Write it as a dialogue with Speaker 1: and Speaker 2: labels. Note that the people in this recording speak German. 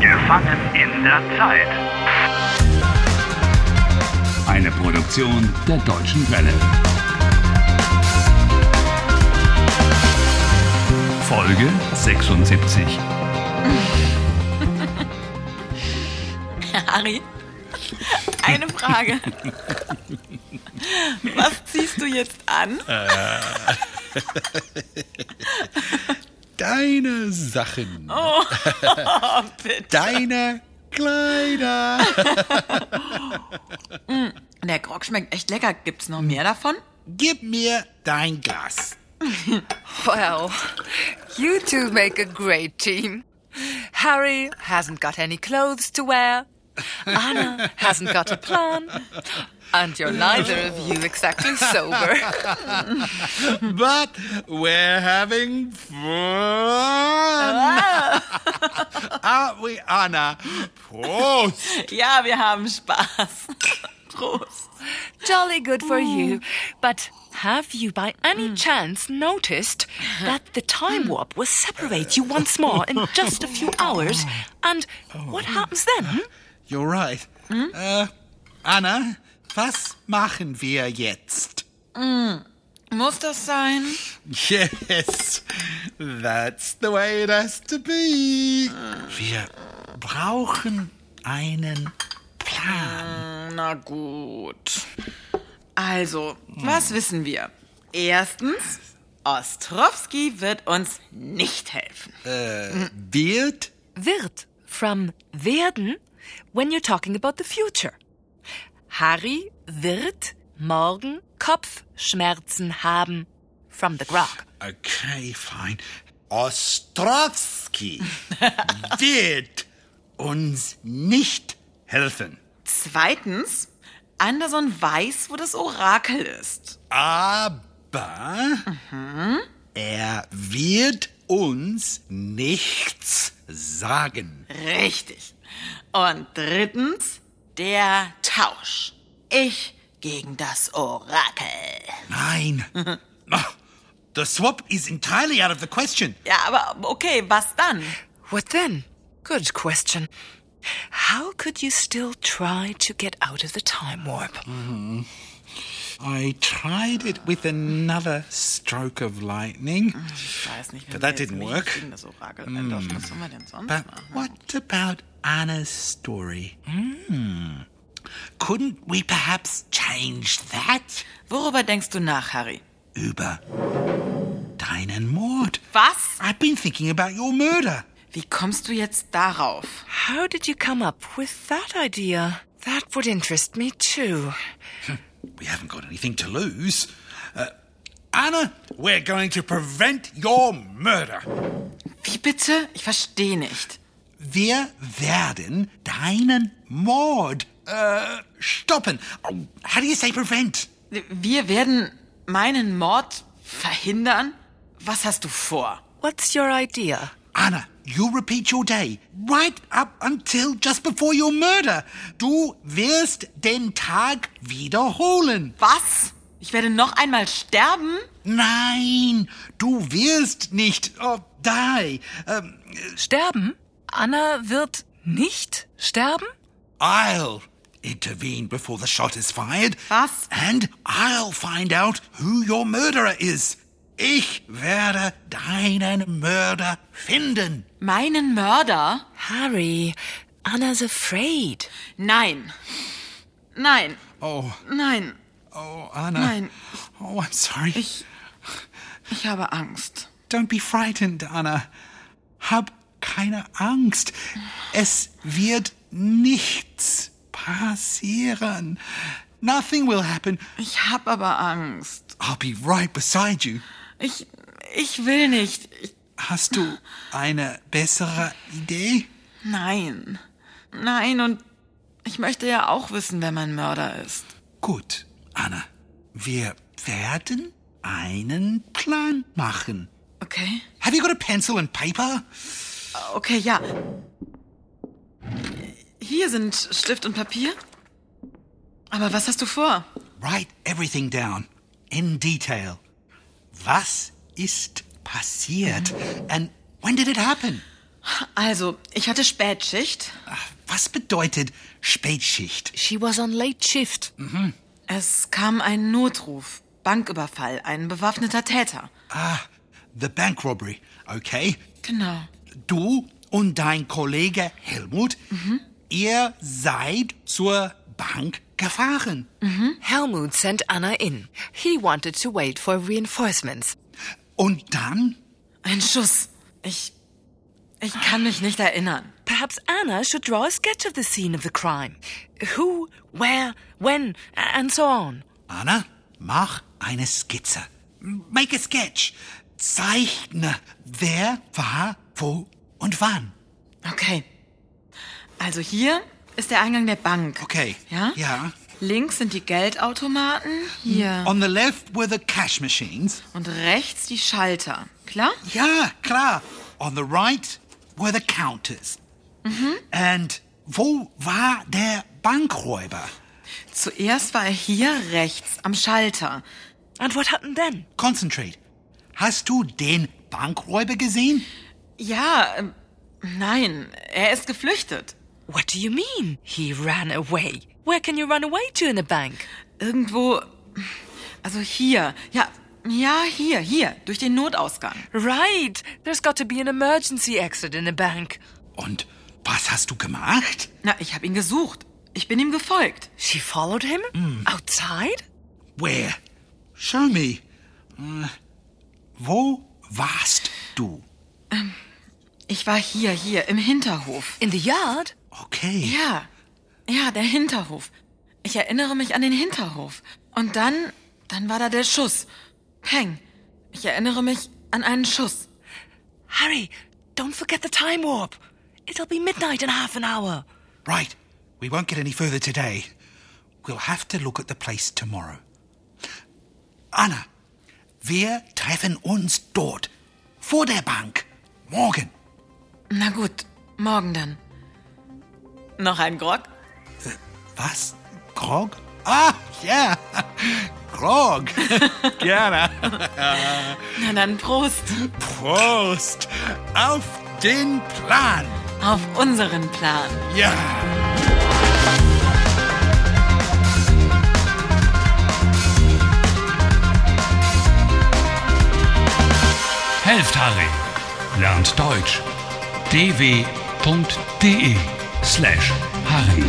Speaker 1: Gefangen in der Zeit.
Speaker 2: Eine Produktion der Deutschen Welle. Folge 76.
Speaker 3: Harry, eine Frage. Was ziehst du jetzt an?
Speaker 4: Deine Sachen.
Speaker 3: Oh, bitte.
Speaker 4: Deine Kleider.
Speaker 3: Der Grog schmeckt echt lecker. Gibt's noch mehr davon?
Speaker 4: Gib mir dein Glas.
Speaker 5: Well, you two make a great team. Harry hasn't got any clothes to wear. Anna hasn't got a plan. And you're neither of you exactly sober.
Speaker 4: But we're having fun. Aren't we, Anna? Prost.
Speaker 3: Ja, wir haben Spaß. Prost.
Speaker 5: Jolly good for you. But have you by any chance noticed that the time warp will separate you once more in just a few hours? And what happens then?
Speaker 4: You're right. Äh, Anna, was machen wir jetzt?
Speaker 3: Muss das sein?
Speaker 4: Yes, that's the way it has to be. Wir brauchen einen Plan.
Speaker 3: Na gut. Also, was wissen wir? Erstens, Ostrowski wird uns nicht helfen.
Speaker 4: Äh, Wird
Speaker 5: wird from werden when you're talking about the future. Harry wird morgen Kopfschmerzen haben from the grog.
Speaker 4: Okay, fine. Ostrowski wird uns nicht helfen.
Speaker 3: Zweitens, Anderson weiß, wo das Orakel ist.
Speaker 4: Aber Mhm. er wird uns nichts sagen.
Speaker 3: Richtig. Und drittens, der Tausch. Ich gegen das Orakel.
Speaker 4: Nein. Ah, The swap is entirely out of the question.
Speaker 3: Ja, aber okay, was dann?
Speaker 5: What then? Good question. How could you still try to get out of the time warp?
Speaker 4: I tried it with another stroke of lightning.
Speaker 3: Ich weiß nicht,
Speaker 4: But
Speaker 3: wenn
Speaker 4: that
Speaker 3: wir jetzt
Speaker 4: didn't
Speaker 3: nicht
Speaker 4: work. Hmm.
Speaker 3: gegen das Orakel einlaufen, was soll man denn sonst
Speaker 4: But
Speaker 3: machen?
Speaker 4: what about Anna's story? Hmm. Couldn't we perhaps change that?
Speaker 3: Worüber denkst du nach, Harry?
Speaker 4: Über deinen Mord.
Speaker 3: Was?
Speaker 4: I've been thinking about your murder.
Speaker 3: Wie kommst du jetzt darauf?
Speaker 5: How did you come up with that idea? That would interest me too.
Speaker 4: We haven't got anything to lose. Uh, Anna, we're going to prevent your murder.
Speaker 3: Wie bitte? Ich verstehe nicht.
Speaker 4: Wir werden deinen Mord uh, stoppen. Oh, how do you say prevent?
Speaker 3: Wir werden meinen Mord verhindern? Was hast du vor?
Speaker 5: What's your idea?
Speaker 4: Anna, you repeat your day right up until just before your murder. Du wirst den Tag wiederholen.
Speaker 3: Was? Ich werde noch einmal sterben?
Speaker 4: Nein, du wirst nicht oh, die. Ähm,
Speaker 5: Sterben? Anna wird nicht sterben?
Speaker 4: I'll intervene before the shot is fired.
Speaker 3: Was?
Speaker 4: And I'll find out who your murderer is. Ich werde deinen Mörder finden.
Speaker 3: Meinen Mörder?
Speaker 5: Harry, Anna's afraid.
Speaker 3: Nein. Nein.
Speaker 4: Oh,
Speaker 3: Nein.
Speaker 4: oh, Anna.
Speaker 3: Nein.
Speaker 4: Oh, I'm sorry.
Speaker 3: Ich. Ich habe Angst.
Speaker 4: Don't be frightened, Anna. Hab keine Angst. Es wird nichts passieren. Nothing will happen.
Speaker 3: Ich habe aber Angst.
Speaker 4: I'll be right beside you.
Speaker 3: Ich. Ich will nicht. Ich,
Speaker 4: Hast du eine bessere Idee?
Speaker 3: nein. Nein, und ich möchte ja auch wissen, wer mein Mörder ist.
Speaker 4: Gut, Anna. Wir werden einen Plan machen.
Speaker 3: Okay?
Speaker 4: Have you got a pencil and paper?
Speaker 3: Okay, ja. Hier sind Stift und Papier. Aber was hast du vor?
Speaker 4: Write everything down in detail. Was ist passiert? And when did it happen?
Speaker 3: Also, ich hatte Spätschicht.
Speaker 4: Was bedeutet Spätschicht?
Speaker 5: She was on late shift.
Speaker 3: Es kam ein Notruf. Banküberfall, ein bewaffneter Täter.
Speaker 4: Ah, the bank robbery. Okay.
Speaker 3: Genau.
Speaker 4: Du und dein Kollege Helmut, ihr seid zur Bank gefahren.
Speaker 5: Helmut sent Anna in. He wanted to wait for reinforcements.
Speaker 4: Und dann?
Speaker 3: Ein Schuss. Ich. Ich kann mich nicht erinnern.
Speaker 5: Perhaps Anna should draw a sketch of the scene of the crime. Who, where, when, a- and so on.
Speaker 4: Anna, mach eine Skizze. Make a sketch. Zeichne, wer war, wo und wann.
Speaker 3: Okay. Also hier ist der Eingang der Bank.
Speaker 4: Okay.
Speaker 3: Ja?
Speaker 4: Ja.
Speaker 3: Links sind die Geldautomaten. Hier.
Speaker 4: On the left were the cash machines.
Speaker 3: Und rechts die Schalter. Klar?
Speaker 4: Ja, klar. On the right were the counters. And wo war der Bankräuber?
Speaker 3: Zuerst war er hier rechts am Schalter.
Speaker 5: And what happened then?
Speaker 4: Concentrate. Hast du den Bankräuber gesehen?
Speaker 3: Ja, ähm, nein, er ist geflüchtet.
Speaker 5: What do you mean? He ran away. Where can you run away to in a bank?
Speaker 3: Irgendwo. Also hier. Ja, ja, hier, hier. Durch den Notausgang.
Speaker 5: Right. There's got to be an emergency exit in a bank.
Speaker 4: Und was hast du gemacht?
Speaker 3: Na, ich habe ihn gesucht. Ich bin ihm gefolgt.
Speaker 5: She followed him? Outside?
Speaker 4: Where? Show me. Äh, wo warst du?
Speaker 3: Ich war hier, hier, im Hinterhof.
Speaker 5: In the yard?
Speaker 4: Okay.
Speaker 3: Ja, ja, der Hinterhof. Ich erinnere mich an den Hinterhof. Und dann, dann war da der Schuss. Peng. Ich erinnere mich an einen Schuss.
Speaker 5: Harry, don't forget the time warp. It'll be midnight in half an hour.
Speaker 4: Right. We won't get any further today. We'll have to look at the place tomorrow. Anna, wir treffen uns dort. Vor der Bank. Morgen.
Speaker 3: Na gut, morgen dann. Noch ein Grog?
Speaker 4: Was? Grog? Ah, ja. Grog. Gerne.
Speaker 3: Na dann Prost.
Speaker 4: Prost. Auf den Plan.
Speaker 3: Auf unseren Plan.
Speaker 4: Ja.
Speaker 2: Helft Harry. Lernt Deutsch. dw.de slash Harry.